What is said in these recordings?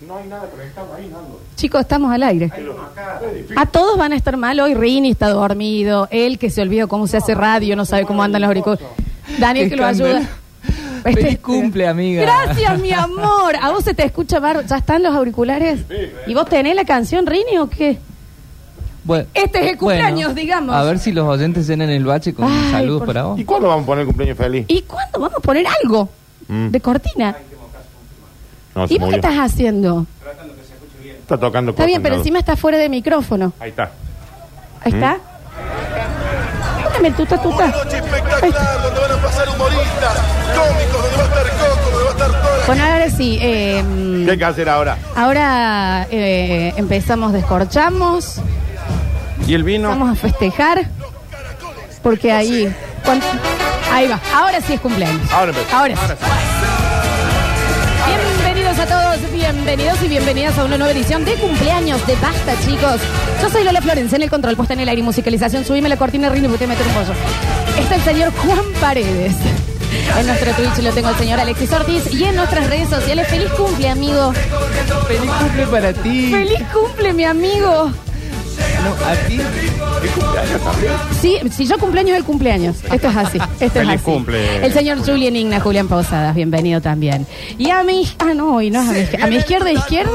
No hay nada conectado ahí, Nando. Chicos, estamos al aire. Hay una cara de A todos van a estar mal hoy. Rini está dormido. Él que se olvidó cómo se hace radio, no sabe cómo andan los auriculares. Daniel que lo Escándalo. ayuda. Este, Feliz cumple, amiga. Gracias, mi amor. A vos se te escucha barro. ¿Ya están los auriculares? eh. ¿Y vos tenés la canción, Rini, o qué? Bueno, Este es el cumpleaños, digamos. A ver si los oyentes llenan el bache con Ay, saludos por para vos. ¿Y cuándo vamos a poner el cumpleaños feliz? ¿Y cuándo vamos a poner algo Mm. de cortina? No, se ¿Y vos qué murió. estás haciendo? Está tocando Está bien, cosas, pero Nando. encima está fuera de micrófono. Ahí está. Ahí está. Mm. Dame tuta, tuta. Una noche espectacular donde van a pasar humoristas, cómicos, donde va a estar Coco, donde va a estar toda la Bueno, ahora sí. eh, ¿Qué hay que hacer ahora? ahora eh, empezamos, descorchamos, ¿Y el vino? vamos a festejar. Porque ahí. cuan- Ahí va. Ahora sí es cumpleaños. Ahora empezamos. Ahora sí. Ahora sí. Bienvenidos a todos, bienvenidos y bienvenidas a una nueva edición de cumpleaños de Basta, chicos. Yo soy Lola Florencia en el control, puesta en el aire y musicalización. Subime la cortina, Rini, porque te meter un pollo. Está el señor Juan Paredes. En nuestro Twitch lo tengo el señor Alexis Ortiz y en nuestras redes sociales. ¡Feliz cumple, amigo! Feliz cumple para ti. ¡Feliz cumple, mi amigo! No, a ti. Sí, si yo cumpleaños, el cumpleaños. Esto es así. Esto es Feliz así. cumple. El señor Julián Igna, Julián Posadas, bienvenido también. Y a mi. Ah, no, y no es a mi izquierda. A mi izquierda, izquierda.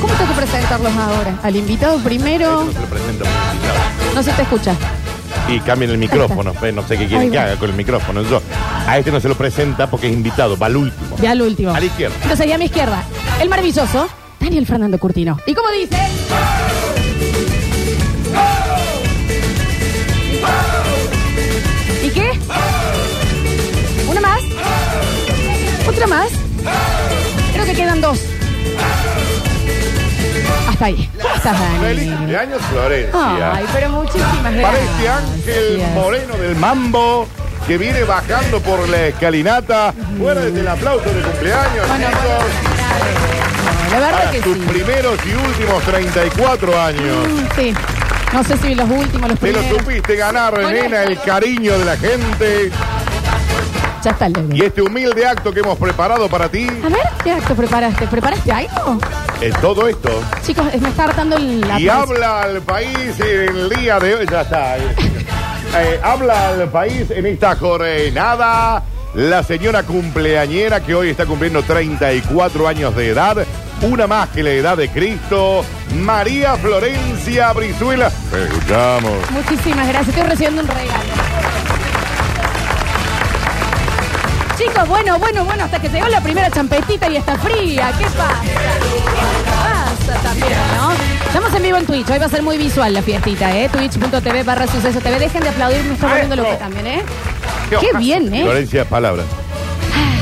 ¿Cómo tengo que presentarlos ahora? Al invitado primero. Se lo presento. No se te escucha. Y cambien el micrófono. pues, No sé qué quieren Ahí que va. haga con el micrófono. Yo, a este no se lo presenta porque es invitado. Va al último. Ya al último. A la izquierda. Entonces, y a mi izquierda, el maravilloso Daniel Fernando Curtino. ¿Y cómo dice? ¿Y qué? ¿Una más? ¿Otra más? Creo que quedan dos. Hasta ahí. Estás, Feliz Dani. cumpleaños, Florencia. Ay, pero muchísimas gracias. Para este Ángel Moreno del Mambo que viene bajando por la escalinata. Fuera desde el aplauso de cumpleaños, Bueno, chicos. bueno, la verdad Para que sus sí. primeros y últimos 34 años. Mm, Sí. No sé si los últimos, los Te lo primeros. supiste ganar, Con nena, esto. el cariño de la gente. Ya está el bebé. Y este humilde acto que hemos preparado para ti A ver, ¿qué acto preparaste? ¿Preparaste algo? es todo esto. Chicos, eh, me está hartando el- la Y habla al país en el día de hoy. Ya está. eh. Eh, habla al país en esta jornada. La señora cumpleañera que hoy está cumpliendo 34 años de edad. Una más que la edad de Cristo. María Florencia Brizuela. Te escuchamos. Muchísimas gracias, estoy recibiendo un regalo. Chicos, bueno, bueno, bueno, hasta que llegó la primera champetita y está fría. ¿Qué pasa? ¿Qué pasa también, no? Estamos en vivo en Twitch, hoy va a ser muy visual la fiestita, ¿eh? Twitch.tv barra suceso TV. Dejen de aplaudir, me está volviendo Maestro. loco también, ¿eh? Qué bien, ¿eh? Florencia, palabras.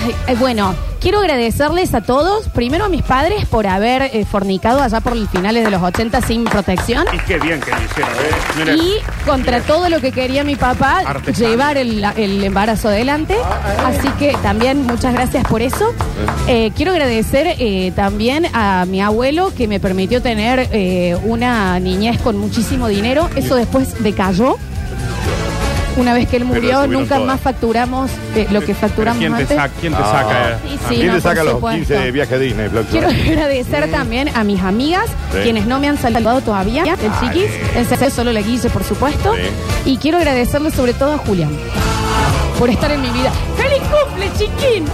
Ay, eh, Bueno, quiero agradecerles a todos, primero a mis padres por haber eh, fornicado allá por los finales de los 80 sin protección. Y qué bien que lo hicieron, ¿eh? Mira, Y contra todo lo que quería mi papá, Artesano. llevar el, el embarazo adelante. Así que también muchas gracias por eso. Eh, quiero agradecer eh, también a mi abuelo que me permitió tener eh, una niñez con muchísimo dinero. Eso después decayó. Una vez que él Pero murió, subieron nunca todo. más facturamos eh, lo que pero facturamos ¿Quién te, antes. saca, ¿quién te Ah. saca? Sí, eh? Ah, sí, ¿Quién no, le saca por los supuesto. 15 de viaje a Disney, Flor? Quiero agradecer también a mis amigas, Sí. quienes no me han saludado todavía, el chiquis, el César, solo la Guille, por supuesto. Sí. Y quiero agradecerle sobre todo a Julián por estar en mi vida. ¡Feliz cumple, chiquín!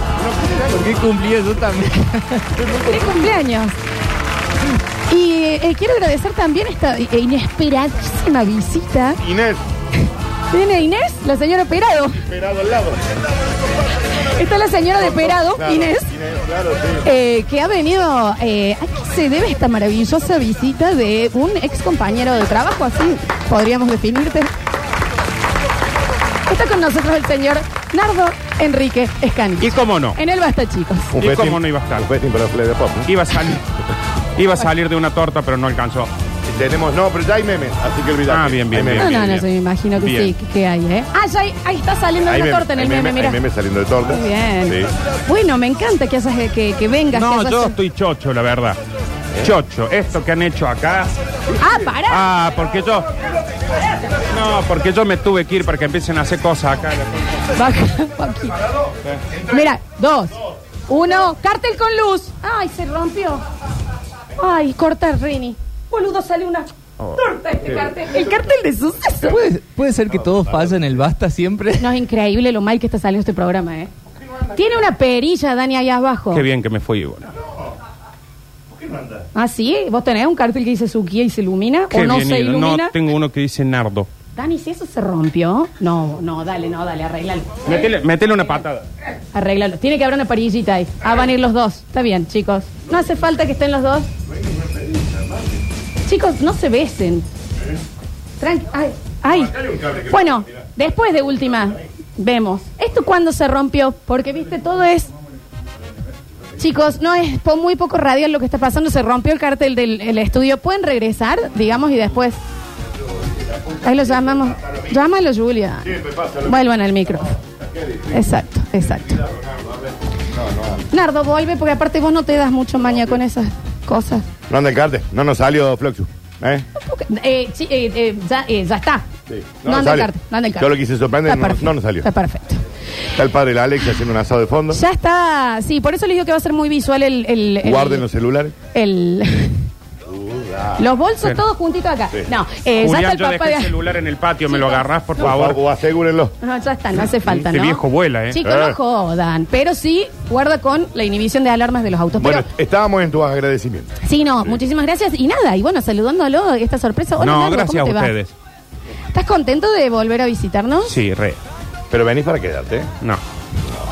¿Por qué cumplí yo también? ¡Feliz cumpleaños! Y eh, eh, quiero agradecer también esta eh, inesperadísima visita. Inés, Viene Inés, la señora Perado. esperado al lado. Está la señora de Perado, Claro, Inés. Inés, claro, sí. eh, que ha venido. eh, ¿A qué se debe esta maravillosa visita de un ex compañero de trabajo? Así podríamos definirte. Está con nosotros el señor Nardo Enrique Escani. ¿Y cómo no? En el basta, chicos. Un ¿Y festín- cómo no iba a estar? Un festín para los play de pop. ¿no? Iba a salir. Iba Pues a salir de una torta, pero no alcanzó. Y tenemos, no, pero ya hay memes, así que olvidate. Ah, bien, bien, Hay memes. bien. No, no, no, bien. yo me imagino que Bien. sí, que, que hay, ¿eh? Ah, ya hay- ahí está saliendo Hay una memes, torta en hay el meme, memes, mira. hay memes saliendo de torta. Muy bien. Sí. Bueno, me encanta que, hayas, eh, que, que vengas. que No, hayas- yo estoy chocho, la verdad. Chocho, esto que han hecho acá. Ah, pará. Ah, porque yo. No, porque yo me tuve que ir para que empiecen a hacer cosas acá. Baja un poquito. Mira, dos. Uno, cártel con luz. Ay, se rompió. Ay, corta Rini. Boludo, sale una Oh. torta este cartel. El cartel de suceso. ¿Puede, puede ser que todos pasen el basta siempre. No es increíble lo mal que está saliendo este programa, ¿eh? Tiene una perilla, Dani, ahí abajo. Qué bien que me fui, bueno. Ah, sí. Vos tenés un cartel que dice Suquía y se ilumina. Qué o no bien se ido. ilumina. No, tengo uno que dice Nardo. Dani, si eso se rompió. No, no, dale, no, dale, arreglalo. Métele, métele una patada. Arreglalo. Tiene que haber una parillita ahí. Ah, van a ir los dos. Está bien, chicos. No hace falta que estén los dos. Chicos, no se besen. Tranqui. Ay, ay. Bueno, después de última, vemos. ¿Esto cuándo se rompió? Porque, viste, todo es. Chicos, no es po- muy poco radial lo que está pasando. Se rompió el cartel del el estudio. ¿Pueden regresar, digamos, y después? Ahí lo llamamos. Llámalo, Julia. Vuelvan al micro. Exacto, exacto. Nardo, vuelve porque aparte vos no te das mucho maña con esas cosas. No anda el cartel, no nos salió Floxu. ¿Eh? Eh, sí, eh, eh, ya, eh, ya está. Sí. No, No anda el sale. cartel, no anda el Yo cartel. lo quise sorprender, Está no- perfecto, no nos salió. Está perfecto. Está el padre de la Alex haciendo un asado de fondo. Ya está, sí, por eso les digo que va a ser muy visual el... el, el- Guarden los celulares. el- los bolsos todos juntitos acá. Sí. No, eh, ya está Julián, el yo papá dejé el de... celular en el patio, me lo agarrás, por Por favor. favor, asegúrenlo. No, ya está, no hace falta, Este ¿no? viejo vuela, ¿eh? Chicos, Eh. no jodan, pero sí, guarda con la inhibición de alarmas de los autos. Bueno, pero, estábamos en tus agradecimientos. sí, no, muchísimas gracias. Y nada, y bueno, saludándolo, esta sorpresa. Hola, no, Nardo, gracias a ¿cómo te va? ustedes. ¿Estás contento de volver a visitarnos? Sí, re. Pero venís para quedarte. ¿eh? No.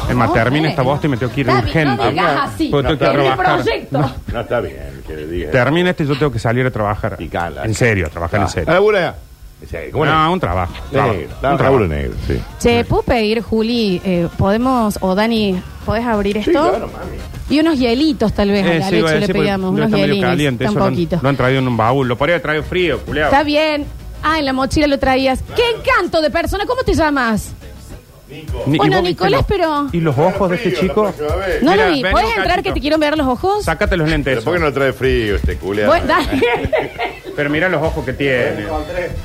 Es más, No, termina bueno. esta voz y me tengo que ir Está bien, urgente. No digas así. Porque No, tengo que no, en el trabajar. proyecto. No. No está bien que le diga. Termina este y yo tengo que salir a trabajar. Y cala. En serio, a trabajar en serio. ¿Alguna? Sí, ¿cómo No, un trabajo. Negro, trabajo, da un un trabajo. laburo negro, sí. Che, ¿puedo pedir, Juli, eh, podemos, o Dani, ¿podés abrir esto? Sí, claro, mami. Y unos hielitos tal vez, a Eh, la sí, iba leche a le decir, porque pedíamos, debe unos estar medio hielitos, caliente, eso lo han- poquito. Lo, han traído en un baúl. Lo podría traer frío, culeado. Está bien. Ah, en la mochila lo traías. ¡Qué encanto de persona! ¿Cómo te llamas? Ni- y Bueno, vos viste Nicolás, los- pero- ¿Y los ojos de este Frío, la chico? próxima vez. No Mira, lo vi. ven ¿Puedes un entrar que cachito. te quiero ver los ojos? Sácate los lentes. Pero ¿Por qué no trae frío este culiado? Bueno, Dani. Pero mira los ojos que tiene.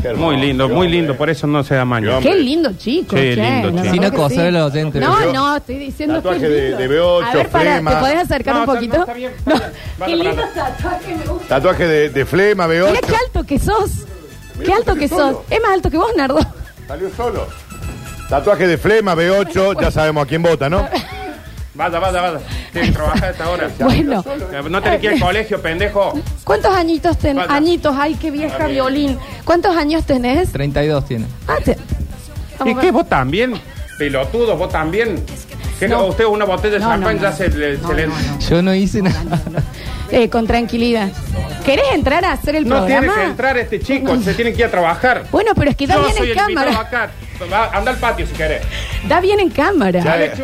Qué Muy hermoso, lindo, qué muy hombre. lindo. Por eso no se da maña. Yo- Qué lindo chico. Qué che, lindo, la chico. verdad Sin que acosar sí. a los oyentes. No, no, estoy diciendo Tatuaje que es de- lindo. de B8, A ver, para, flema. ¿te podés acercar No, un está- poquito? no, está bien, está bien. No, Vale, Qué lindo pará. tatuaje, me gusta. Tatuaje de, de flema, veo. Mira qué alto que sos. Qué alto que sos. solo. Es más alto que vos, Nardo. Salió solo. Tatuaje de flema, B8, ya sabemos a quién vota, ¿no? Vaya, vaya, vaya. Tiene que trabajar a esta hora. Bueno, No tenés que ir al colegio, pendejo. ¿cuántos añitos tenés? Vaya. Añitos, ay, qué vieja violín. ¿Cuántos años tenés? 32 tiene. Ah, te- ¿Y Vamos a qué? ver. ¿Vos también? Pelotudos, vos también. ¿Qué, No. Usted una botella de No, champán no, ya no. se le... se le- Yo no hice nada. Eh, con tranquilidad. ¿Querés entrar a hacer el No programa? tiene que entrar este chico, se tiene que ir a trabajar. Bueno, pero es que da Yo bien soy en el invitado cámara. acá. Va, anda al patio si querés. Da bien en cámara. Ya Dale, he, Chu.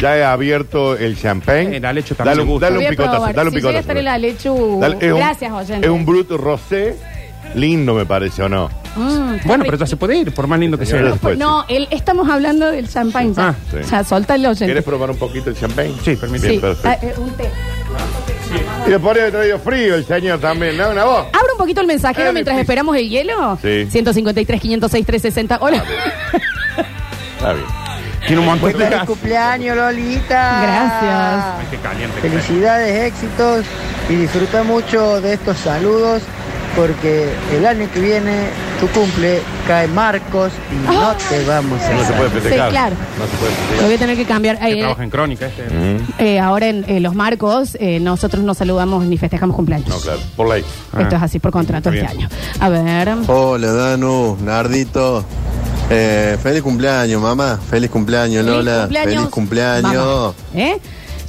ya he abierto el champagne. Eh, dale, Chu, dale, también le un, gusta. dale Voy un a picotazo, probar. dale un Si llega a picotazo. pues. estar el Alechu. Dale, es un- Gracias, oyente. Es un brut rosé lindo, me parece, ¿o no? Mm, está Bueno, rico. pero ya se puede ir, por más lindo que sea. Señora. Pues no, el- estamos hablando del champagne. Ya, Ah, sí. Ya, solta el ¿Quieres oyente. probar un poquito el champagne? Sí, permíteme. Bien, Sí, perfecto. ah, eh, un té. Y le podría haber traído frío el señor también, ¿no? Una voz. Abra un poquito el mensajero Ah, mientras difícil. esperamos el hielo. Sí. 153, 506, 360. Hola. Está bien. Tiene un montón de Feliz gas. cumpleaños, Lolita. Gracias. Ay, qué caliente. que está. Felicidades, éxitos y disfruta mucho de estos saludos porque el año que viene tu cumple cae Marcos y no Ah. te vamos a No se puede olvidar. festejar. Sí, claro. No se puede Lo festejar. voy a tener que cambiar. Que Eh, trabaja en crónica este. Mm, eh, ahora en eh, los marcos, eh, nosotros no saludamos ni festejamos cumpleaños. No, claro. Ah. Por ley. Esto es así por contrato este Está año. A ver. Hola Danu, Nardito. Eh, feliz cumpleaños, mamá. Feliz cumpleaños, Lola. Feliz Mamá. cumpleaños. ¿Eh?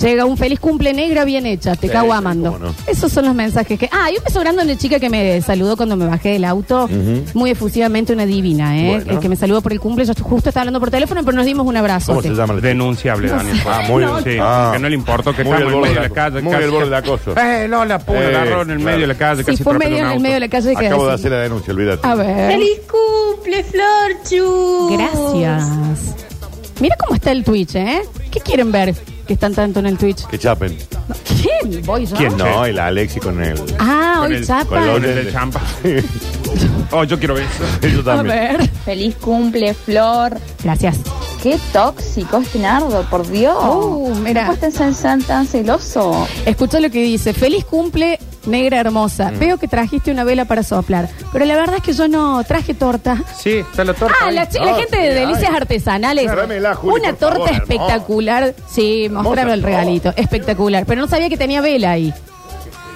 Llega un feliz cumple negra bien hecha, te Sí, cago sí, amando. cómo no. Esos son los mensajes que. Ah, y un beso grande a una chica que me saludó cuando me bajé del auto. Muy efusivamente, una divina, ¿eh? Bueno. Eh, Que me saludó por el cumple. Yo justo estaba hablando por teléfono, pero nos dimos un abrazo. ¿Cómo sí. se llama la Denunciable, Dani. Ah, muy bien. Sí, Ah. que no le importó que Muy estamos al en borde medio de de la- la calle. muy casi- al borde de la cosa. Eh, Lola, pum, Eh, la agarró en el claro. medio de la calle. Sí, casi fue atropelló medio, un en el auto. medio de la calle. que Acabo de así. hacer la denuncia, olvídate. A ver. ¡Feliz cumple, Florchu! Gracias. Mira cómo está el Twitch, ¿eh? ¿Qué quieren ver que están tanto en el Twitch? Que chapen. ¿Quién? ¿Voy yo? ¿Quién? No, el Alexi con él. Ah, Con hoy el- con chapa. el Con el de champa. Ah. Oh, yo quiero ver eso. Yo A también. ver. ¡Feliz cumple, Flor! Gracias. Qué tóxico este nardo, por Dios. Uh, mira. ¿Cómo estás tan- tan, tan celoso? Escucha lo que dice. Feliz cumple, negra hermosa. Mm. Veo que trajiste una vela para soplar. Pero la verdad es que yo no traje torta. Sí, está la torta. Ah, ahí. la, chi- la Ah, gente sí, de ay. Delicias Artesanales. Tráemela, Juli, Una por torta favor, hermosa. espectacular. Sí, mostrame el torta. regalito. Espectacular. Pero no sabía que tenía vela ahí.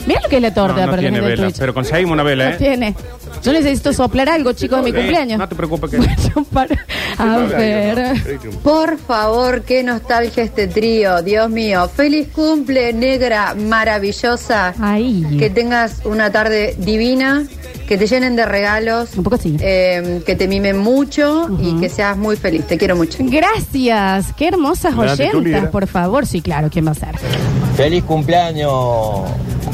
Mira lo que es la No, torta no para la tiene gente de vela, Twitch. pero conseguimos una No vela, ¿eh? tiene. Yo necesito soplar algo, chicos, de mi Sí, cumpleaños. No te preocupes que... Bueno, para- A habla, ver. yo, ¿no? Por favor, qué nostalgia este trío, Dios mío. Feliz cumple, negra maravillosa. Que Ahí. tengas una tarde divina, que te llenen de regalos, Un poco así. eh, que te mimen mucho y que seas muy feliz. Te quiero mucho. Gracias, qué hermosas Adelante, tú, oyentas, líder. por favor. Sí, claro, ¿quién va a ser? Feliz cumpleaños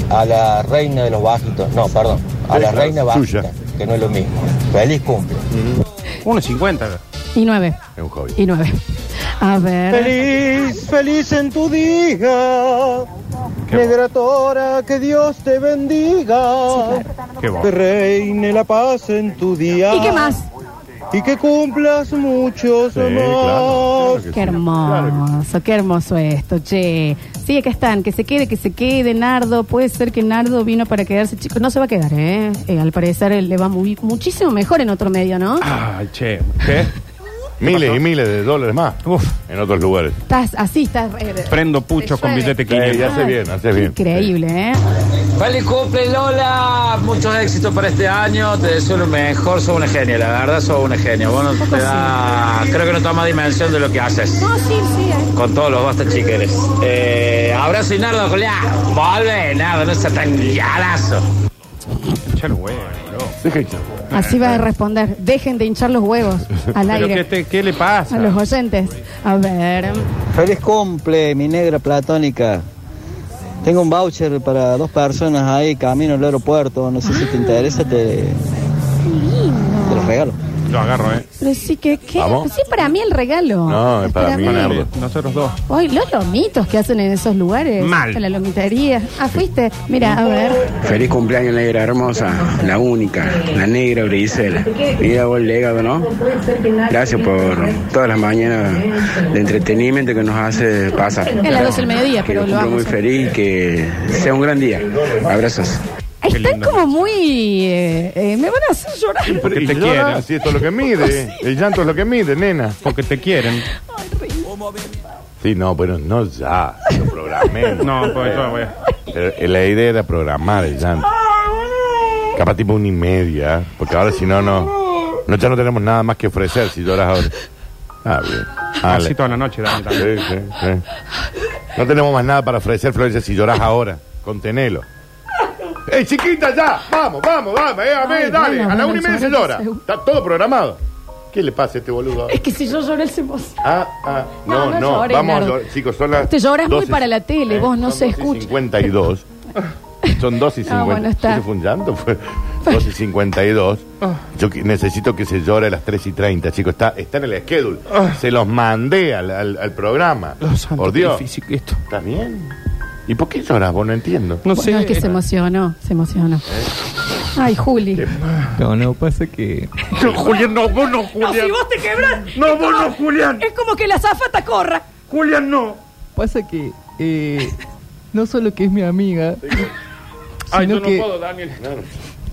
a la reina de los bajitos. No, perdón. A la Reina reina bajita, suya. que no es lo mismo. Feliz cumple. 1.50. Y nueve. Es un hobby. Y nueve. A ver. Feliz, feliz en tu día. Negra Tora, que Dios te bendiga. Qué bueno. Que reine la paz en tu día. ¿Y qué más? Y que cumplas muchos Sí, claro, claro que sí. Qué hermoso, qué hermoso esto, che. Sí, acá están, que se quede, que se quede, Nardo. Puede ser que Nardo vino para quedarse, chicos. No se va a quedar, ¿eh? Eh, al parecer él le va muy, muchísimo mejor en otro medio, ¿no? Ay, che. ¿Qué? Miles y miles de dólares más Uf, en otros lugares. Estás así, estás. eh, prendo puchos con billete 500. Sí, ya hace bien, hace bien. Increíble, ¿eh? ¡Feliz cumple, Lola! Muchos éxitos para este año. Te deseo lo mejor. Sos una genia, la verdad, sos una genia. Bueno, te da... Creo que no tomas dimensión de lo que haces. No, sí, sí. eh. Con todos los bastas chiqueres. Eh, abrazo y Nardo, Julián. Volve, Nardo, no seas tan guiarazo. Che, el huevo, bro. Deja hinchar. Así va a responder. Dejen de hinchar los huevos al ¿Pero qué, aire. te- qué le A pasa? los oyentes. A ver. Feliz cumple, mi negra platónica. Tengo un voucher para dos personas ahí, camino al aeropuerto. No sé si te interesa, te, te lo regalo. Lo agarro, ¿eh? Pero sí que, ¿qué? ¿Vamos? Sí, para mí el regalo. No, es para mí, Nardo. Eh, Nosotros dos. Hoy los lomitos que hacen en esos lugares. Mal. En la lomitería. Ah, fuiste. Mira, a ver. Feliz cumpleaños, negra hermosa, la única, la negra Brisela. Mira vos el legado, ¿no? Gracias por todas las mañanas de entretenimiento que nos hace pasar. En las 12 del mediodía, Que pero lo lo cumpla vamos. muy feliz, que sea un gran día. Abrazos. Ahí Qué están lindo. como muy. eh, eh, me van a hacer llorar. Porque Y te llora, quieren. Si esto es lo que mide. El llanto es lo que mide, nena. Porque te quieren. Sí, no, pero no ya. Lo programé. No, pues yo voy. a- Pero, eh, la idea era programar el llanto. Capaz tipo una y media. Porque ahora si no, no. no, ya no tenemos nada más que ofrecer si lloras ahora. Ah, bien. Ale. Así toda la noche, Dani, también. Sí, sí, sí. No tenemos más nada para ofrecer, Florencia, si lloras ahora. Contenelo. ¡Ey, chiquita, ya! ¡Vamos, vamos, vamos! eh, a ver, Ay, dale! bueno, a la bueno, una y media se seguro, llora. seguro. Está todo programado. ¿Qué le pasa a este boludo? Es que si yo lloro, él se emociona. Ah, ah, no, No, no no, llores, vamos a Nardo. llorar. Chicos, son las. Te lloras muy 12, para la tele, vos no son se 12 y escucha. 52. Son 2 y 50. Ah, bueno, está. Ah. ¿Ese fue un llanto? Fue 2 y 52. Yo que- necesito que se llore a las 3 y 30, chicos. Está, está en el schedule. Ah. Se los mandé al, al- al programa. Los santos Por Dios. difícil que esto. ¿Está bien? ¿Y por qué lloras? Vos no entiendo. No Bueno, sé. es que se emocionó, se emocionó. Ay, Juli. No, no, pasa que. No, Julián, no, vos no, No, Julián. si vos te quebrás. No, es vos como- no, Julián. Es como que la zafata corra. Julián, no. Pasa que. eh, no solo que es mi amiga, Ay, sino, yo no que, puedo, Daniel.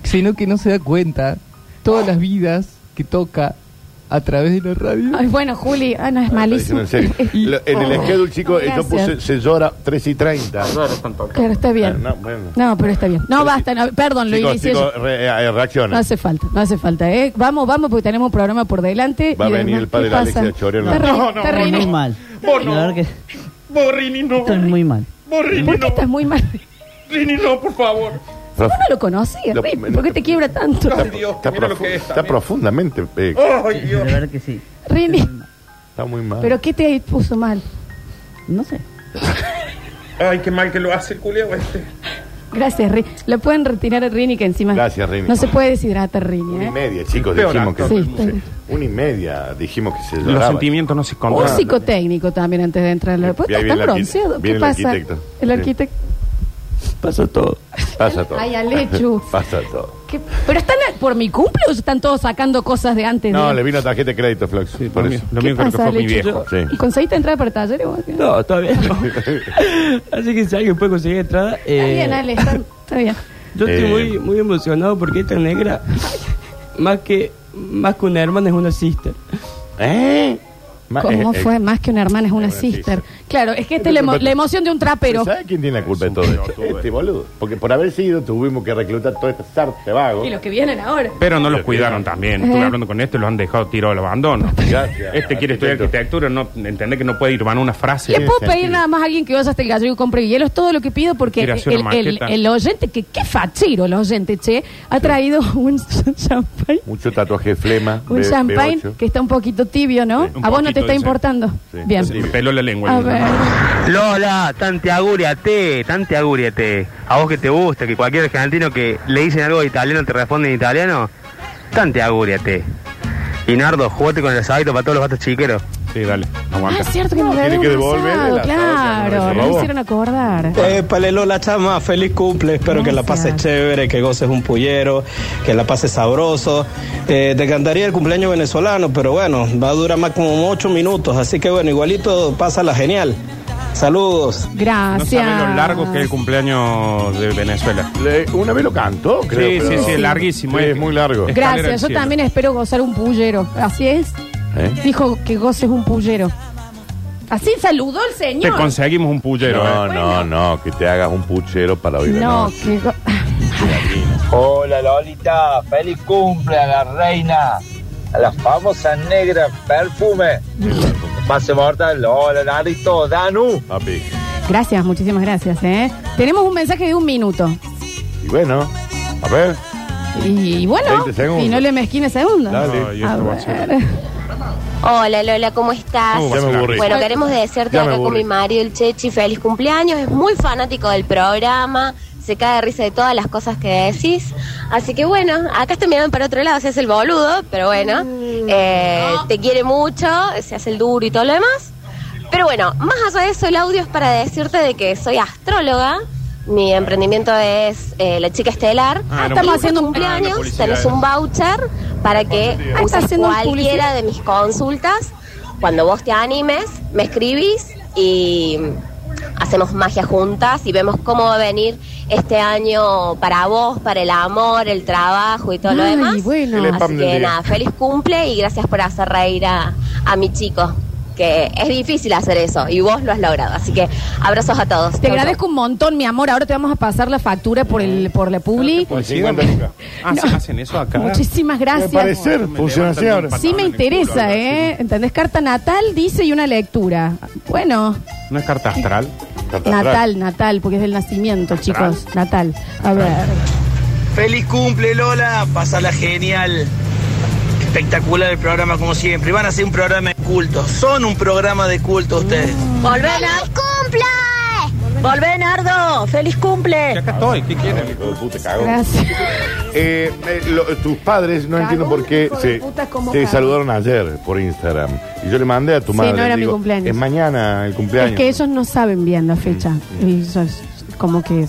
sino que no se da cuenta todas las vidas que toca a través de la radio. Ay, bueno, Juli, ah, no es malísimo. Oh. En, serio. Lo- en el schedule, chicos, yo Gracias. puse se llora 3 y 30. Pero está bien. Ah, No, bueno. No, pero está bien. No, basta, no, perdón, lo Chicos, inicié chicos, yo. re- eh, reaccionen. No hace falta, no hace falta, ¿eh? Vamos, vamos, porque tenemos un programa por delante. Va a y venir además, el padre ¿qué de Alexia pasa? Chorero. Te re- No, te no, no, re- no. Vos no. Borrini, no. mal. Borrini, ¿Por qué no. estás muy mal? Borrini, no, por favor. Profe. No lo conocías, Lo- Rick, ¿por qué te quiebra tanto? Está, Dios, está mira lo profu- que es está también. Oh. profundamente. eh, Ay, Dios. verdad que sí. Rini, Está muy mal. ¿pero qué te puso mal? No sé. Ay, qué mal que lo hace el culeo este. Gracias, Rini. Lo pueden retirar a Rini, que encima. Gracias, Rini. No se puede deshidratar, Rini, Una y ¿eh? media, chicos, Peor dijimos que. actor del mundo. Sí, está Una y media dijimos que se Los lloraba. sentimientos no se Un controlan. psicotécnico también antes de entrar. Bien, Pues bien, está el arquitecto. bronceado. ¿Qué Bien, el pasa? arquitecto. El Sí. arquitecto. Pasa todo. Pasa todo. Ay, Alechu. Pasa todo. ¿Qué? Pero están, por mi cumple o están todos sacando cosas de antes? No, de- le vino tarjeta de crédito, Flox. por eso. lo mío- lo mío creo que pasa, fue mi Lechu? viejo. Sí. ¿Y conseguiste entrar para talleres? vos? Está No, todavía no. Así que si alguien puede conseguir entrada. eh, bien, Ale, está, está bien. Yo estoy Eh. muy, muy emocionado porque esta negra, más que, más que una hermana, es una sister. ¿Eh? Ma- ¿Cómo eh, eh, fue? Más que una hermana es una sister. Claro, es que esta es la, emo- la emoción de un trapero. ¿Sabe quién tiene la culpa de todo esto? Este boludo. Porque por haber sido tuvimos que reclutar toda esta sarta vago. Y los que vienen ahora. Pero no los cuidaron también. Eh. Estuve hablando con este y los han dejado tirado al abandono. Gracias. Este quiere estudiar arquitectura, no entender que no puede ir van una frase. Le puedo sentido. pedir nada más a alguien que vaya hasta el gallego y compre hielo. Es todo lo que pido porque el, Quiere hacer una el- maqueta. el oyente, que qué fachero el oyente, che, ha traído un champagne. Mucho tatuaje de flema. Un B- champagne B8. que está un poquito tibio, ¿no? Sí, un a vos no poquito, te está dice. importando. Sí, Bien. sí. Me peló la lengua. A ver. Lola, tante agúriate, tante agúriate. A vos que te gusta, que cualquier argentino que le dicen algo de italiano te responde en italiano, tante agúriate. Y Nardo, jugate con el asadito para todos los gatos chiqueros. Sí, dale, Ah, aguanta. es cierto que nos tiene que debe un devolver asado, el asado, ya, claro. no, Nos se robó. hicieron acordar. Épale, Lola Chama, feliz cumple. Espero que la Gracias. pases chévere, que goces un pullero, que la pases sabroso. Eh, te cantaría el cumpleaños venezolano, pero bueno, va a durar más como ocho minutos. Así que bueno, igualito, pásala genial. Saludos. No Gracias. saben lo largo que es el cumpleaños de Venezuela. Le- una vez lo cantó, creo. Sí, pero- sí, sí, larguísimo, Sí, eh. es muy largo. Es- escalera del Gracias, yo cielo. también espero gozar un pullero. Así es. ¿Eh? Dijo que goces un pullero. Así saludó el Te señor. conseguimos un pullero. No, eh. no, no, que te hagas un puchero para hoy. de no, noche. que. go- Hola Lolita, feliz cumple a la reina, a la famosa negra perfume. Pase mortal, hola Narito, Danu. Papi. Gracias, muchísimas gracias, ¿eh? Tenemos un mensaje de un minuto. Y bueno, a ver. Y, bueno, 20 segundos. y no le mezquine segundos. Dale. No, y esto A va a ser- ver. Hola Lola, ¿cómo Ah, estás? ¿Cómo Ya me aburrí. Bueno, queremos desearte Ya me acá con aburrí. mi marido el Chechi feliz cumpleaños. Es muy fanático del programa, se cae de risa de todas las cosas que decís. Así que bueno, acá está mirando para otro lado, se hace el boludo, pero bueno, eh, te quiere mucho, se hace el duro y todo lo demás. Pero bueno, más allá de eso, el audio es para decirte de que soy astróloga. Mi emprendimiento es eh, La Chica Estelar. Ah, era estamos haciendo Estamos haciendo un- Ah, la cumpleaños, publicidad tenés era. un voucher para que Ah, está uses haciendo publicidad. cualquiera de mis consultas. Cuando vos te animes, me escribís y hacemos magia juntas y vemos cómo va a venir este año para vos, para el amor, el trabajo y todo lo Ay, demás. bueno. El spam Así del que día. nada, feliz cumple y gracias por hacer reír a, a mi chico. Que es difícil hacer eso y vos lo has logrado. Así que abrazos a todos. Te Chau, chau. agradezco un montón, mi amor. Ahora te vamos a pasar la factura por el por la publi. pues, Por 50 lucas. Ah, ¿se hacen eso acá. Muchísimas Al gracias. parecer, funciona así ahora. Sí me interesa, ¿eh? ¿Entendés? Carta natal, dice y una lectura. Bueno, No es carta astral. natal, natal, porque es del nacimiento, chicos. Natal. A ver. Feliz cumple Lola, pasala genial. Espectacular el programa como siempre. Van a ser un programa de culto. Son un programa de culto ustedes. Mm. ¡Volvé, ¡Feliz cumple! ¡Volvé, Nardo! ¡Feliz cumple! Acá estoy, ¿qué quieres? Hijo de puta, cagón. Gracias. Eh, eh, lo- tus padres, no Cagón, entiendo por qué, hijo de se, puta, cómo te cagón. saludaron ayer por Instagram. Y yo le mandé a tu Sí, madre. no era digo, mi cumpleaños. Es mañana el cumpleaños. Es que ellos no saben bien la fecha. Y eso es como que.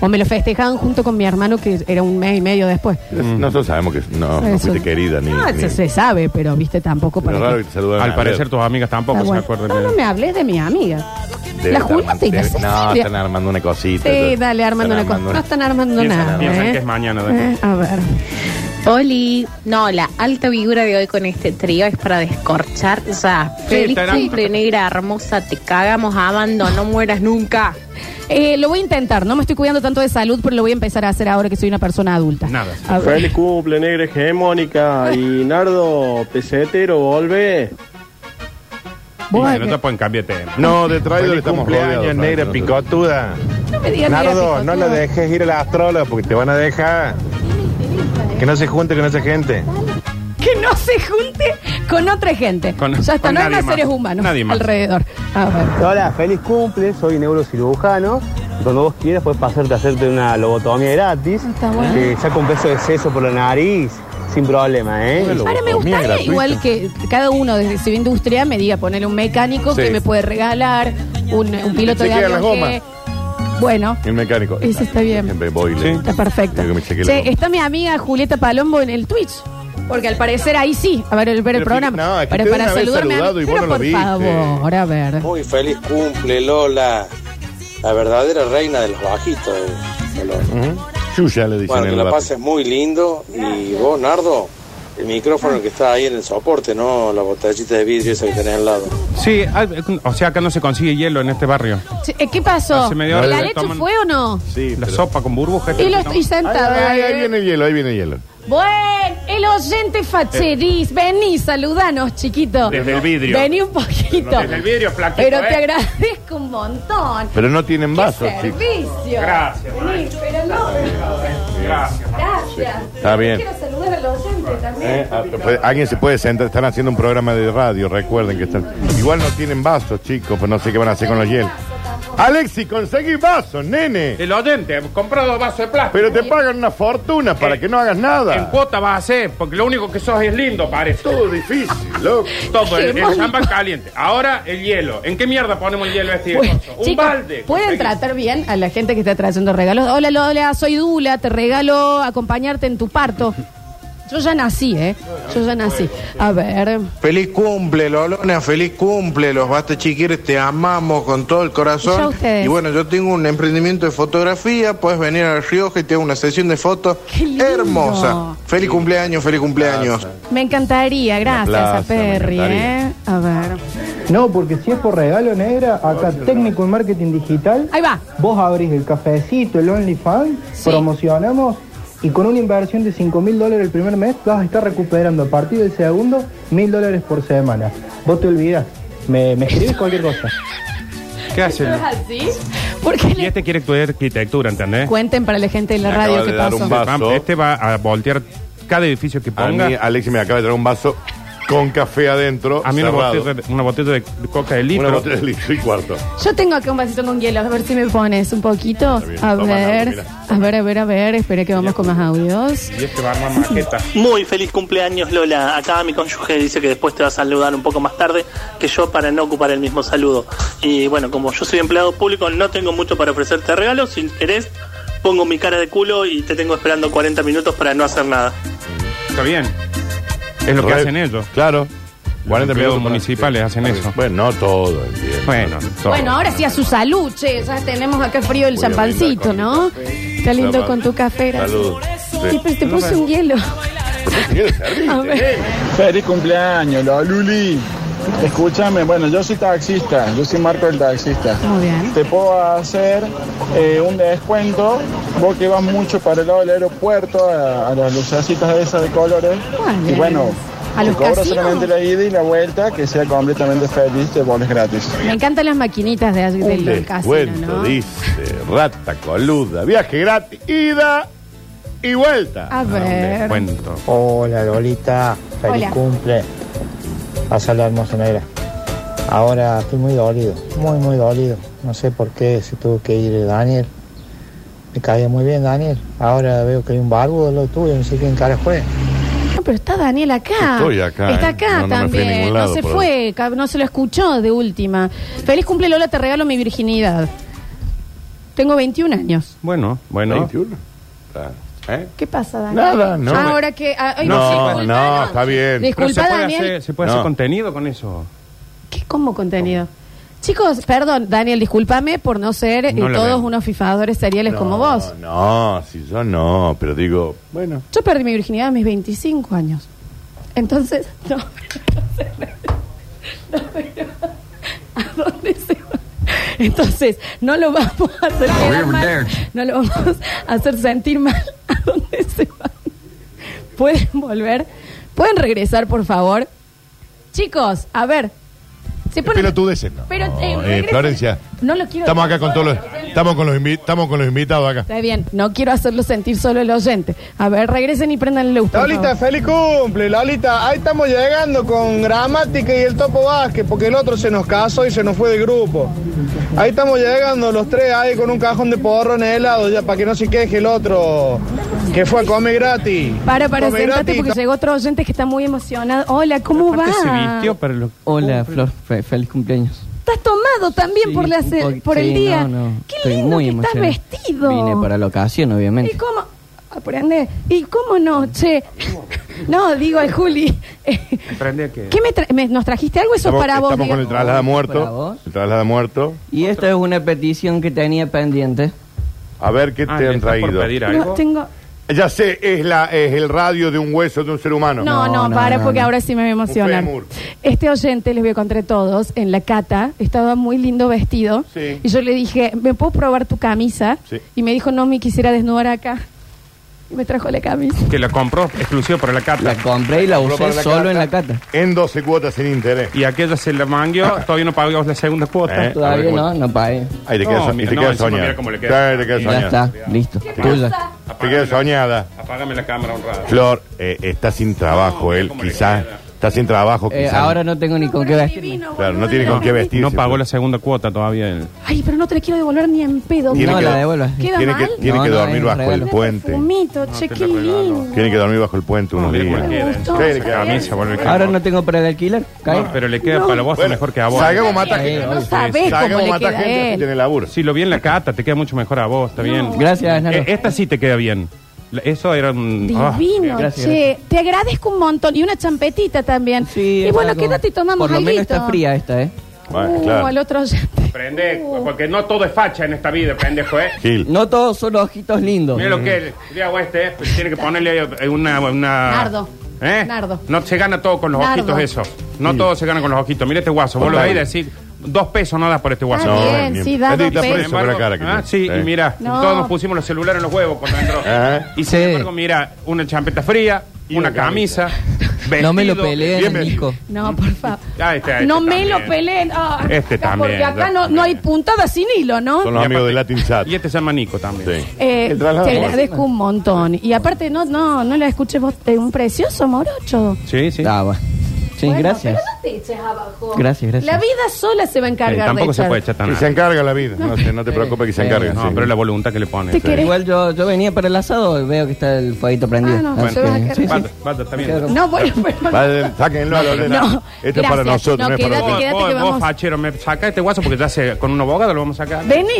O me lo festejaban junto con mi hermano, que era un mes y medio después. Nosotros sabemos que no, no Eso. fuiste querida ni. Ah, ni- se, se sabe, pero viste tampoco pero para raro qué. que te saludaran Al ayer. parecer tus amigas tampoco Está se bueno. acuerdan No, de no me hables de mi amiga. Debe la estar Julieta y la armando- debe- No, Cecilia. están armando una cosita. Sí, ellos. dale, armando una Están cosa. No están armando Piensan- nada. piensan ¿eh? que es mañana, dale. Eh, A ver. Oli, no, la alta figura de hoy con este trío es para descorchar ya. Feliz estarán- cumple, negra hermosa, te cagamos, amando, no mueras nunca. Eh, lo voy a intentar, no me estoy cuidando tanto de salud, pero lo voy a empezar a hacer ahora que soy una persona adulta. Nada. A ver. Feliz cumple, negra hegemónica. Y Nardo, pesetero, volve. Vos, Dice, no te pueden cambiar de tema. No, de traidor Feliz estamos cumpleaños, rodeados, negra Frank, nosotros. picotuda. No me digas negra Nardo, picotuda. no lo dejes ir a la astróloga porque te van a dejar. Que no se junte, que no se gente. Que no se junte con otra gente. Con- ya está, con no hay nadie más más. seres humanos Nadie más. alrededor. A ver. Hola, feliz cumple, soy neurocirujano. Cuando vos quieras puedes pasarte a hacerte una lobotomía gratis. Ah, Está bueno. Te saca un peso de seso por la nariz, sin problema, ¿eh? Ahora me gustaría igual que cada uno desde su industria me diga ponerle un mecánico Sí. que me puede regalar, un, un Se piloto de quedan avión las que- Bueno, El mecánico. Eso está bien. Siempre voy. Sí. Está perfecto. Digo que me chequee la Che, está mi amiga Julieta Palombo en el Twitch. Porque al parecer ahí sí, a ver, ver el Pero programa. sí, no, es que Pero ustedes una vez saludarme a- saludado y vos Pero no lo por viste. favor, a ver. Muy feliz cumple, Lola. La verdadera reina de los bajitos. eh, Lola. Yuya le dicen Bueno, que en la el barrio. pases muy lindo. Y vos, Nardo, el micrófono que está ahí en el soporte, ¿no? La botellita de vidrio esa que tenés al lado. Sí, ah, o sea, acá no se consigue hielo en este barrio. Che, eh, ¿Qué pasó? Hace media hora ¿La que leche toman- fue o no? Sí, La sopa con este, burbujas. Y lo estoy sentada. Ahí, ahí, ahí eh. viene el hielo, ahí viene el hielo. Bueno, el oyente Facheris, vení, saludanos, chiquito. Desde el vidrio. Vení un poquito. Desde el vidrio, flaquito, Pero te eh. agradezco un montón. Pero no tienen vasos, chicos. Servicio. Gracias, Vení, pero no. Gracias. Gracias. Está bien. Quiero saludar al oyente también. Eh, ah, pues, Alguien se puede sentar, están haciendo un programa de radio, recuerden que están. Igual no tienen vasos, chicos, pues no sé qué van a hacer con los hielos. Alexi, conseguí vasos, nene. El oyente, comprado dos vasos de plástico. Pero te pagan una fortuna para que no hagas En nada. cuota vas a hacer, porque lo único que sos es lindo, parece. Todo difícil, loco. Todo, Qué el, el bonito. champán caliente. Ahora el hielo. ¿En qué mierda ponemos el hielo a este Bueno, coso? Un chicos, balde. ¿Pueden tratar bien a la gente que está trayendo regalos? Hola Lola, soy Dula, te regalo acompañarte en tu parto. Yo ya nací, ¿eh? Yo ya nací. A ver. Feliz cumple, Lolona, feliz cumple, los bastos chiquires, te amamos con todo el Y ya corazón. ustedes. Y bueno, yo tengo un emprendimiento de fotografía, puedes venir al Rioja y te hago una sesión de fotos lindo. hermosa. Feliz cumpleaños, feliz cumpleaños. Me encantaría, gracias plaza, a Perry, me ¿eh? A ver. No, porque si es por regalo negra, acá técnico en marketing digital. Ahí va. Vos abrís el cafecito, el OnlyFans, promocionamos y con una inversión de 5 mil dólares el primer mes vas a estar recuperando a partir del segundo mil dólares por semana. Vos te olvidás. Me, me escribís cualquier cosa. ¿Qué hacen? así? Porque Y este quiere estudiar arquitectura, ¿entendés? Cuenten para la gente de la radio qué pasó. Este va a voltear cada edificio que A ponga. mí, Alexi me acaba de traer un vaso con café adentro. A mí una cerrado. botella, de- una botella de coca de litro. Una botella de litro y cuarto. Yo tengo acá un vasito con hielo, a ver si me pones un poquito. bien, A toma, ver, Laura, a ver, a ver, a ver. Espera que vamos con más audios. Y este va a armar maqueta. Muy feliz cumpleaños Lola. Acá mi cónyuge dice que después te va a saludar un poco más tarde que yo para no ocupar el mismo saludo. Y bueno, como yo soy empleado público no tengo mucho para ofrecerte regalos. Si querés, pongo mi cara de culo y te tengo esperando 40 minutos para no hacer nada. Está bien. Es lo que Re- hacen ellos. Claro. minutos 40 empleados para- municipales hacen eso. Bueno, no todo, entiendo. Bueno, todo. Bueno, ahora sí a su salud, che. Ya tenemos acá frío el Voy a brindar champancito, con ¿no? Está lindo Salud. con tu cafera. Salud. Sí, pero te puse un hielo. A ver. Feliz cumpleaños, la Luli. Escúchame, bueno, yo soy taxista, yo soy Marco el taxista. Muy bien. Te puedo hacer eh, un descuento, vos que vas mucho para el lado del aeropuerto, a, a las lucecitas esas de colores. Bueno. Y bueno, ¿A te los cobro casinos? solamente la ida y la vuelta, que sea completamente feliz, te pones gratis. Me encantan las maquinitas de, del del casino, Descuento, ¿no? dice, rata coluda, viaje gratis, ida y vuelta. Ah, A ver. Hola Lolita, feliz Hola. cumple. Pasa la hermosa negra. Ahora estoy muy dolido, muy muy dolido. No sé por qué se tuvo que ir Daniel. Me caía muy bien Daniel. Ahora veo que hay un barbudo lo tuyo, no sé quién cara fue. No, pero está Daniel acá. Estoy acá, Está eh. acá No, no me fui a también. ningún no lado, se por- fue, cab- no se lo escuchó de última. Feliz cumple Lola, te regalo mi virginidad. Tengo 21 años. Bueno, bueno. 21. Claro. ¿Eh? ¿Qué pasa, Daniel? Nada, no. Ahora que. ah, ay, no, disculpa, no, está bien. Disculpa, Pero se puede Daniel. hacer- se puede hacer No. contenido con eso. ¿Qué como contenido? Chicos, perdón, Daniel, discúlpame por no ser eh, No la todos veo. unos fifadores seriales como vos. No, si yo no, pero digo, bueno. Yo perdí mi virginidad a mis 25 años. Entonces, no. Entonces, no lo vamos a hacer quedar mal, no lo vamos a hacer sentir mal a dónde se van. Pueden volver, pueden regresar, por favor. Chicos, a ver. Se ponen- Pero tú deces, no. Pero, eh, Eh, regresen. Florencia, No lo quiero. estamos acá con todos los, estamos con los, invi- estamos con los invitados acá. Está bien, no quiero hacerlo sentir solo el oyente. A ver, regresen y prendan el luz. por Lolita, favor. feliz cumple, Lolita. Ahí estamos llegando con Gramática y el Topo Vázquez, porque el otro se nos casó y se nos fue del grupo. Ahí estamos llegando los tres ahí con un cajón de porro en el helado, ya para que no se queje el otro que fue a comer gratis. Para, para, Come sentate gratis, porque llegó otro oyente que está muy emocionado. Hola, ¿cómo va? Hola, Flor, fe- feliz cumpleaños. Estás tomado también por, la se- poqu- por el sí, día. no, no. Qué Estoy lindo muy que estás emocionado. vestido. Vine para la ocasión, ¿Y obviamente. cómo? Aprende. ¿Y cómo no, che? No, digo al Juli. Aprende que... ¿Qué me, tra- me- ¿Nos trajiste algo? Eso es Estamos- para vos. Estamos con el digamos. traslada ¿Para muerto. vos? El traslada muerto. Y esta es una petición que tenía pendiente. A ver qué Ah, te ¿le han estás por traído. pedir No, tengo... Ya sé, es, la, es el radio de un hueso de un ser humano. No, no, para, porque ahora sí me voy a emocionar. Un fémur. Este oyente, les voy a contar a todos, en la cata, estaba muy lindo vestido. Sí. Y yo le dije, ¿me puedo probar tu camisa? Sí. Y me dijo, no, me quisiera desnudar acá. Y me trajo la camisa. Que la compró exclusivo para la cata. La compré y la Compró usé para la solo cata. en la cata. En 12 cuotas sin interés. Y aquella se la mangueó, todavía no pagamos la segunda cuota. Ah. Eh, Ah, Todavía a no, ver, no pagué. Ahí te quedas No, y mira, te no, quedas encima soñada. mira cómo le queda. Sí, te quedas Ya soñada. está, listo. Tuya. Tuya. Te quedas soñada. Apágame la cámara un rato. Flor, eh, está sin trabajo él, quizás. Está sin trabajo, Eh, quizás. ahora no tengo ni con qué vestirme. Claro, no tiene con qué vestirse. No pagó la segunda cuota todavía. él. Ay, pero no te la quiero devolver ni en pedo. Tiene No, que- la devuelvas. ¿Queda Tiene que, mal? tiene No, que no, dormir es un bajo regalo. el puente. Fumito, che, qué lindo. Tiene que dormir bajo el puente unos días. cualquiera. Sí, gustó, le ¿eh? está queda- bien. Camisa, bueno, le queda- Ahora no tengo para el alquiler. ¿Cae? No, pero le queda para vos Bueno, mejor que a vos. Salgamos a matar Sí, gente. obvio. No sabés cómo Salgamos a le matar queda a gente que él. tiene laburo. Si lo vi en la cata, te queda mucho mejor a vos, está bien. Gracias, Naro. Eh, Esta sí te queda bien. La- Eso era un. ah. Divino, gracias, che. Te agradezco un montón. Y una champetita también. Sí, y bueno, algo. quédate y tomamos Por lo algo. menos está fría esta, ¿eh? Bueno, Uh, claro. al otro oyente. Prende, porque no todo es facha en esta vida, pendejo, ¿eh? Gil. No todos son ojitos lindos. Mira lo que es, el día oeste, ¿eh? Pues tiene que ponerle ahí una... una- Nardo. ¿Eh? Nardo. No se gana todo con los Nardo. ojitos eso. No todo se gana con los ojitos. Mira este guaso, vos lo veis y decís, dos pesos no das por este guaso. Está No, bien, ni- sí, da Está dos preso pesos. por la cara que Ah, tiene. Eh. sí, y mira, No. todos nos pusimos los celulares en los huevos cuando entró. Ajá. Y sin embargo, mira, una champeta fría, una camisa, No me lo vestido, peleen, bien Nico. No, por favor. Ah, este, este no me también. lo peleen. Ah, Este acá, también, Porque acá este no, no hay también. puntada sin hilo, ¿no? Son los Y amigos de Latin Chat. Y este se llama Nico también. Sí. Eh, El te traslado. agradezco un montón. Y aparte, no, no, no la escuches vos. Es un precioso morocho. Sí, sí. Ah, bueno. Sí, Bueno, gracias. Pero no te eches abajo. Gracias, gracias. La vida sola se va a encargar Eh, de tampoco se echar. puede echar tan Y se encarga la vida. No, sé, no te preocupes que se encarga. No, sí. pero es la voluntad que le pone. Te querés- Igual yo, yo venía para el asado y veo que está el fueguito prendido. Ah, no, Así te vas a que- quedar. sí, sí. Basta, basta, está bien. Claro. No, bueno, pero no. Vale, sáquenlo a la ordenada. No, Esto es para gracias. nosotros, No, no, es para quédate, vos. quédate. Vos, que vos, vamos- fachero, me saca este guaso porque ya se, con un abogado lo vamos a sacar. Vení,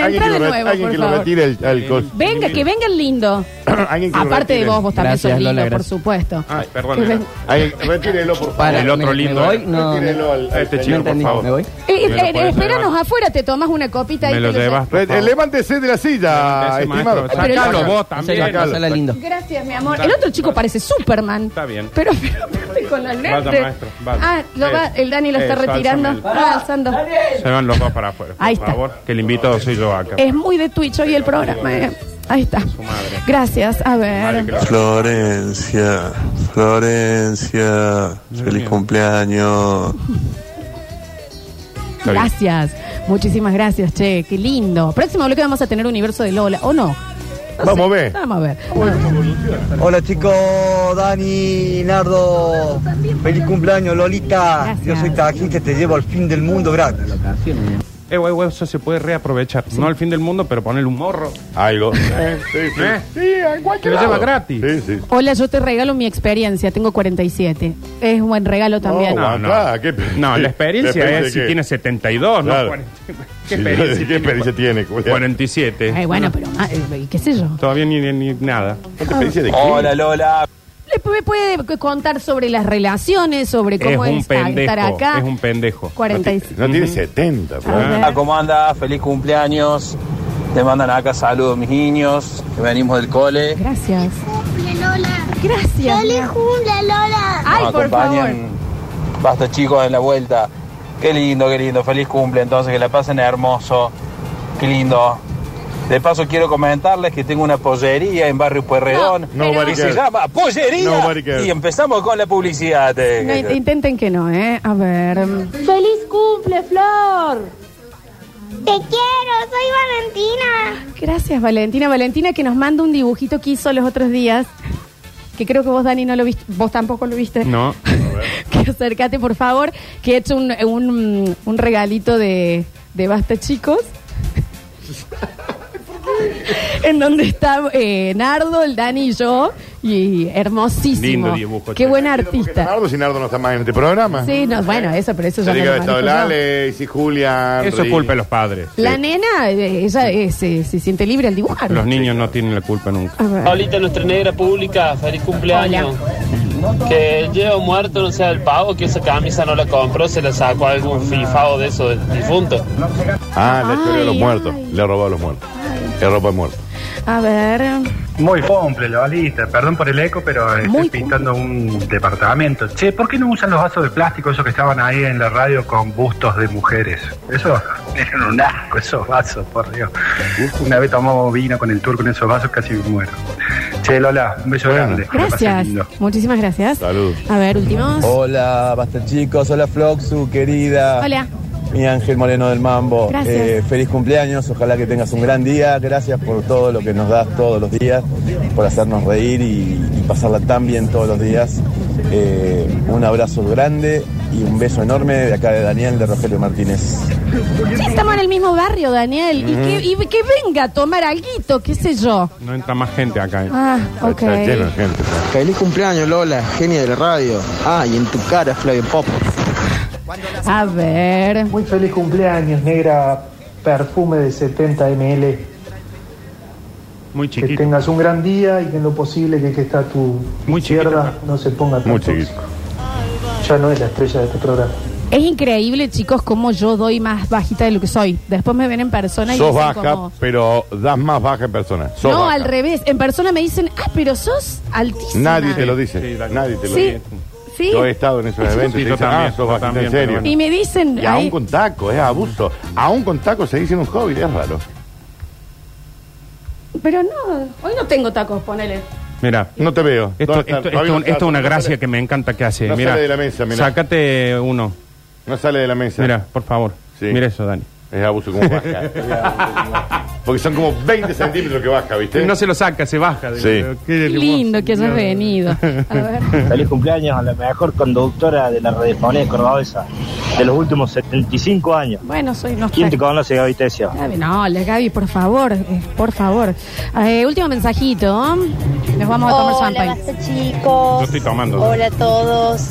alguien entra que de lo re- nuevo, alguien por que lo favor. retire el, el cos- Venga, que venga el lindo. alguien que lo Aparte de retire. vos, vos también Gracias, sos lindo, Lola, por gracias. supuesto. Ay, perdón. Que mira. ven- Alguien, retírelo, por favor. Para, El otro me- lindo Me voy, eh. era. no, Retírelo al, al Este señor, no chico, entendí, por favor. me voy. Eh, eh, Me lo eh, podés espéranos llevar. afuera, te tomas una copita y Me lo te llevas. Re- eh, levántese de la silla, Levántese, estimado. maestro. Pero Sácalo no- vos En serio, Sácalo. pasala lindo. Gracias, mi amor. El otro chico parece Superman. Ah, Está bien. Pero, pero aparte con los lentes. maestro, vaya. Ah, lo va, Eh, el Dani lo está eso, retirando. alzame Ah, alzando. Se van los dos para afuera. Ahí por está. favor, que el invitado soy yo acá. Es muy de Twitch hoy el programa. eh. Ahí está. Gracias. A ver. Florencia, Florencia, feliz cumpleaños. Gracias. Muchísimas gracias, che. Qué lindo. Próximo bloque vamos a tener universo de Lola, ¿o no? No Vamos a sé. ver. Vamos a ver. Hola chicos, Dani, Nardo, feliz cumpleaños Lolita, yo soy taxista, te llevo al fin del mundo gratis. Eh, güey, güey, eso se puede reaprovechar. No al fin del mundo, pero ponerle un morro. Algo. Eh, sí, sí. ¿Eh? Sí, en Que cualquier lo lleva lado. gratis. Sí, sí. Hola, yo te regalo mi experiencia. Tengo 47. Es un buen regalo también. Oh, No, Oh, aguantá, qué- No, la experiencia Depende es si qué. tiene 72, Claro. no 40. Sí, ¿Qué experiencia? ¿Qué experiencia tiene? Julián? 47. Ay, bueno, pero ah, eh, qué sé yo. Todavía ni, ni- ni nada. ¿Cuánta experiencia de qué? Hola Lola, Le pu- puede c- contar sobre las relaciones, sobre Es cómo un es, ah, estar pendejo, acá. es un pendejo. 46. No tiene 70, Ah. A pues. ver. Hola, ¿cómo andas? Feliz cumpleaños, te mandan acá saludos mis niños, que venimos del cole, Gracias. Cumple Lola. Gracias. Feliz cumple Lola. Ay, nos por favor. acompañan basta chicos en la vuelta. Qué lindo, qué lindo, feliz cumple, entonces que la pasen hermoso, qué lindo. De paso quiero comentarles que tengo una pollería en Barrio Pueyrredón. No, pero- que se llama Pollería. Nobody cares. y empezamos con la publicidad. eh. No, in- intenten que no, ¿eh? A ver. Feliz cumple, Flor. Te quiero, soy Valentina. Gracias, Valentina. Valentina que nos manda un dibujito que hizo los otros días. Que creo que vos, Dani, no lo viste. Vos tampoco lo viste. No. Que acércate, por favor. Que he hecho un, un, un regalito de, de basta, chicos. en donde está eh, Nardo, el Dani y yo. Y hermosísimo. Lindo dibujo, Qué che. buen Porque artista. Nardo, si Nardo no está más en este programa. Sí, no, bueno, eso, pero eso Se yo no diga lo de estado de manejo yo. Alex y Julián. Eso es culpa de los padres. La nena, eh, ella eh, se, se siente libre al dibujar. Los niños no tienen la culpa nunca. Paulita, nuestra negra pública, feliz cumpleaños. Que lleva muerto, no sea el pavo, que esa camisa no la compró, se la sacó a algún fifado de esos difuntos. Ah, la historia de los muertos. Le robó a los muertos. Le robó a muertos. A ver. Muy cumple, Lolita. Perdón por el eco, pero este, estoy pintando un departamento. Che, ¿por qué no usan los vasos de plástico, esos que estaban ahí en la radio con bustos de mujeres? Eso eran un asco, esos vasos, por Dios. Una vez tomamos vino con el tour con esos vasos, casi me muero. Che, Lola, un beso grande. Que la pases Gracias. lindo. Muchísimas gracias. Salud. A ver, últimos. Hola, basta chicos. Hola, Floxu, querida. Hola. Mi Ángel Moreno del Mambo. eh, Gracias. feliz cumpleaños. Ojalá que tengas un gran día. Gracias por todo lo que nos das todos los días, por hacernos reír y, y pasarla tan bien todos los días. Eh, un abrazo grande y un beso enorme de acá de Daniel de Rogelio Martínez. Sí, estamos en el mismo barrio, Daniel. Y, que, y que venga a tomar alguito, qué sé yo. No entra más gente acá. ¿eh? Ah, ok. Está lleno de gente. Feliz cumpleaños, Lola, genia del radio. Ah, y en tu cara, Flavio Pop. A ver. Muy feliz cumpleaños, negra perfume de 70 ml. Muy Que tengas un gran día y que en lo posible que, que está a tu izquierda no se ponga tan Muy tóxico. Ya no es la estrella de este programa. Es increíble, chicos, cómo yo doy más bajita de lo que soy. Después me ven en persona y Sos dicen baja, como- pero das más baja en persona. Sos No, baja. al revés. En persona me dicen, ah, pero sos altísima. Nadie te lo dice. Nadie te lo Sí, dice. Sí. Yo he estado en esos Sí, eventos. y yo te dicen, también, ah, sos yo bajita, también, en serio. pero Y me dicen, Y aún ahí- con taco, es abuso. Aún con taco se dice un hobby, es raro. pero no, hoy no tengo tacos, ponele. Mira. No te veo. Esto, ¿Dónde esto- está? esto- Todavía no está. esto es una gracia que me encanta que hace. No mira, sale de la mesa, mira. Sácate uno. No sale de la mesa. Mira, por favor. Mira eso, Dani. Es abuso como baja. Porque son como 20 centímetros que baja, ¿viste? No se lo saca, se baja. Sí. Qué Lindo que hayas venido. A ver. Feliz cumpleaños a la mejor conductora de la radiofonía cordobesa de los últimos 75 años. Bueno, soy ¿Quién te nostálgico. conoce, Gaby Tesio? Gaby, No, la Gaby, por favor, eh, por favor. Eh, último mensajito. Nos vamos a tomar Hola, champagne. basta, chicos. Yo estoy tomando. Hola a todos.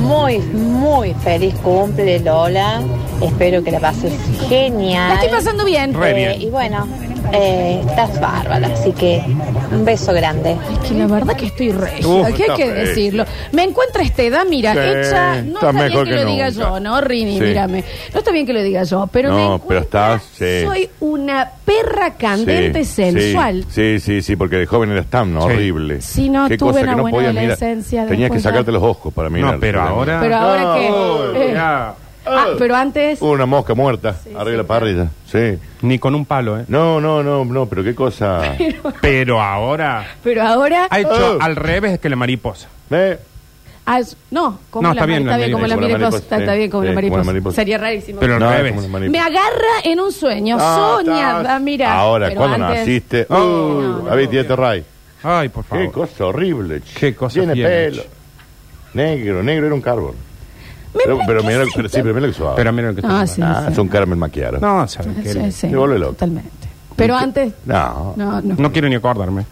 Muy, muy feliz cumple, Lola. Espero que la pases genial. La estoy pasando bien. Eh, Re bien. y bueno, eh, estás bárbara, así que un beso grande. Que la verdad que estoy re. que Uf, hay está que regia. decirlo. Me encuentra esta edad, mira, Sí, hecha. No está está, bien mejor que, que lo diga nunca. yo, ¿no, Rini? Sí. Mírame. No está bien que lo diga yo, pero me no, encuentro- pero estás. Sí. soy una perra candente Sí, sensual. Sí, sí, sí, porque de joven eras tan horrible. Sí, no, Qué tuve cosa una que no buena podías mirar. adolescencia, Tenías que después sacarte ya. los ojos para mirar. pero ahora- Pero ahora que. eh, ah, pero antes. Hubo una mosca muerta arriba de la parrilla. Sí. Ni con un palo, ¿eh? No, no, no, no, pero qué cosa. ¿Eh? Pero ahora Pero ahora. ha Oh. hecho al revés que la mariposa. Ah, no, como No, la está bien mar- la como la mariposa. mariposa. Sí, Está está bien como sí, la como la mariposa. mariposa. Sería rarísimo. Pero al No, es revés. como la mariposa. Me agarra en un sueño, Ah, soñada, estás- mira. Ahora, Pero ¿cuándo antes- naciste? Uh, a ver, tía Terray. Ay, por favor. Qué cosa horrible. Qué cosa Tiene bien pelo. Negro, negro era un carbón. Pero, pero mira lo que, sí, pero mira lo que suave. Pero mira lo que Ah, sí, Ah, sí. es un Carmen Maquiaro. No, ¿sabes qué? Sí, sí. Te vuelve loco. Totalmente. Pero antes. No. No, no. No quiero ni acordarme.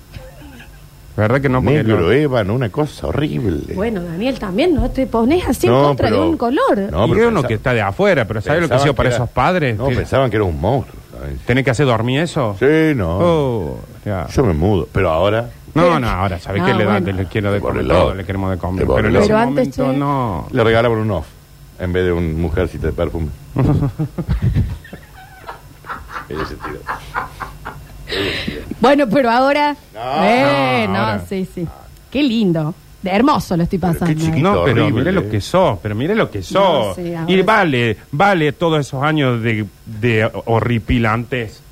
La verdad que no porque Negro, eh. no. Evan, una cosa horrible. Bueno, Daniel, también no te pones así en No, contra pero- de un color. No, pero y es uno pensaba- que está de afuera, pero ¿sabes lo que ha Pensaban sido para que era- esos padres? No, pensaban que era un monstruo. ¿Tenés que hacer dormir eso? Sí, no. Oh, ya. Yo me mudo. Pero ahora. No, no, ahora sabés No, que le, dan, bueno. le quiero de comer loco. todo, le queremos de comer. Te Pero en volvés ese loco. Pero antes, momento che. no. Le regalaban un off en vez de un mujercita de perfume. Ella se tiró. Bueno, pero ahora. No, eh, no, no, ahora. sí, sí. Qué lindo. De hermoso lo estoy pasando. No, pero horrible, mirá lo que sos, pero mirá lo que sos. sí, ahora y sí. vale, vale todos esos años de, de horripilantes.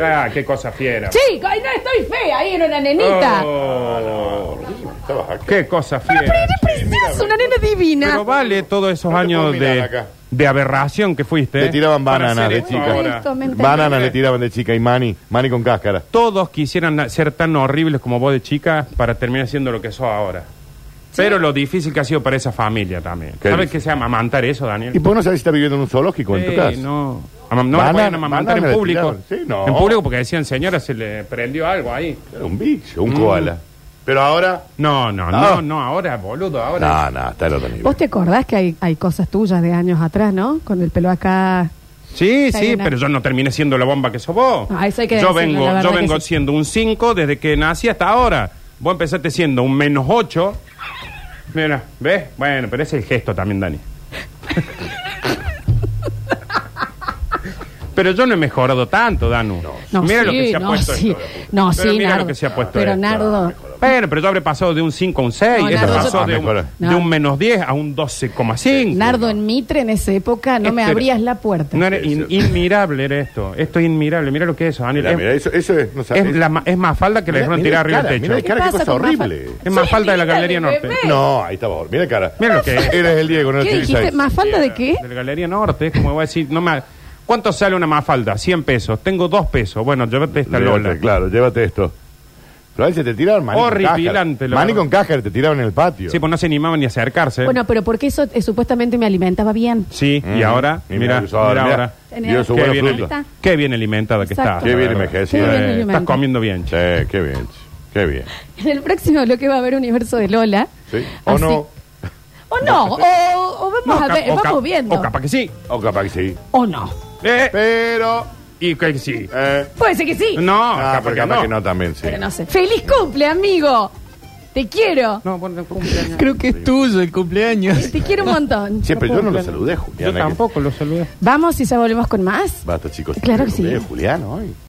Ah, qué cosa fiera. Chico, ¿eh? ay, no estoy fea, ahí era una nenita. Oh, Estabas acá. qué cosa fiera. Es una nena divina. Pero vale todos esos años mirar de, acá. de aberración que fuiste. ¿eh? Le tiraban para bananas hacer de esto chica. ahora. Bananas le tiraban de chica y mani. Mani con cáscara. Todos quisieran ser tan horribles como vos de chica para terminar siendo lo que sos ahora. Pero lo difícil que ha sido para esa familia también. ¿Qué ¿Sabes dice? qué se llama amantar eso, Daniel? Y vos no sabés si está viviendo en un zoológico en tu Sí, casa. no. Ama- No la Banana- pueden amamantar en banana público. la tiraron. Sí, no. En público porque decían, señora, se le prendió algo ahí. Era un bicho, un koala. Mm. Pero ahora. No, no, Ah. no, no, ahora, boludo, ahora. No, no, está el otro nivel. Vos te acordás que hay, hay cosas tuyas de años atrás, ¿no? Con el pelo acá. Sí, Está sí, bien, pero yo no terminé siendo la bomba que sos vos. Ah, eso hay que yo decirlo, la vengo, verdad yo que vengo sí. siendo un 5 desde que nací hasta ahora. Vos empezaste siendo un menos 8. Mira, ¿ves? Bueno, pero ese es el gesto también, Dani. pero yo no he mejorado tanto, Danu. No, mira sí, lo que se ha no, puesto sí. esto. No, Pero sí, mira Nardo. lo que se ha puesto Pero esto. Nardo, Bueno, pero yo habré pasado de un 5 a un 6. No, Esto Nardo, pasó yo- de un, No. de un menos 10 a un 12,5. Nardo en Mitre en esa época no me Este- abrías la puerta. No era in- inmirable era esto. Esto es inmirable. Mira lo que es eso, Daniel. Mirá, Es- mirá, eso, eso es. No sabés. es, la ma- es más falda que Mirá, le dejaron mirá tirar la arriba del cara, techo. mirá la cara, ¿Qué qué pasa cosa con Mafalda? horrible. Es más falda de la Galería Norte. No, ahí está vos. Mira la cara. Mira lo que es. Eres el Diego, no el ¿Qué dijiste? Tiriza. ¿Más falda de qué? De la Galería Norte. Es como voy a decir, no me... ¿Cuánto sale una más falda? 100 pesos. Tengo 2 pesos. Bueno, llévate esta Lola. Llévate, claro, llévate esto. Pero ahí se te tiraron maní con Horripilante, Cájar. la Maní verdad. con Cájar te tiraron en el patio. Sí, pues no se animaban ni a acercarse. Bueno, pero porque eso eh, supuestamente me alimentaba bien. sí, y Mm. ahora, Y mira, mira, ahora, mira mira. ahora. Tenía- Dio su Qué buena bien fruta. alimentada. Qué bien alimentada que Exacto. estás. Qué bien la verdad. envejecida. Qué bien Eh, Estás alimentada. comiendo bien. Sí, qué bien. Qué bien. En el próximo bloque va a haber universo de Lola. Sí. O Así- no. O no, o, o vamos No, a cap- ver, o cap- vamos viendo. O capaz que sí. O capaz que sí. O no. Eh, Pero. y que sí. Eh, Puede ser que sí, No, ah, capaz pero que capaz no. que no también, sí. pero no sé. ¡Feliz cumple, amigo! Te quiero. No, bueno, cumpleaños. Creo que es tuyo el cumpleaños. Te quiero un montón. Siempre yo no lo saludé, Julián. Yo tampoco lo saludé. Vamos y ya volvemos con más. Basta, chicos. Claro que sí. Julián hoy.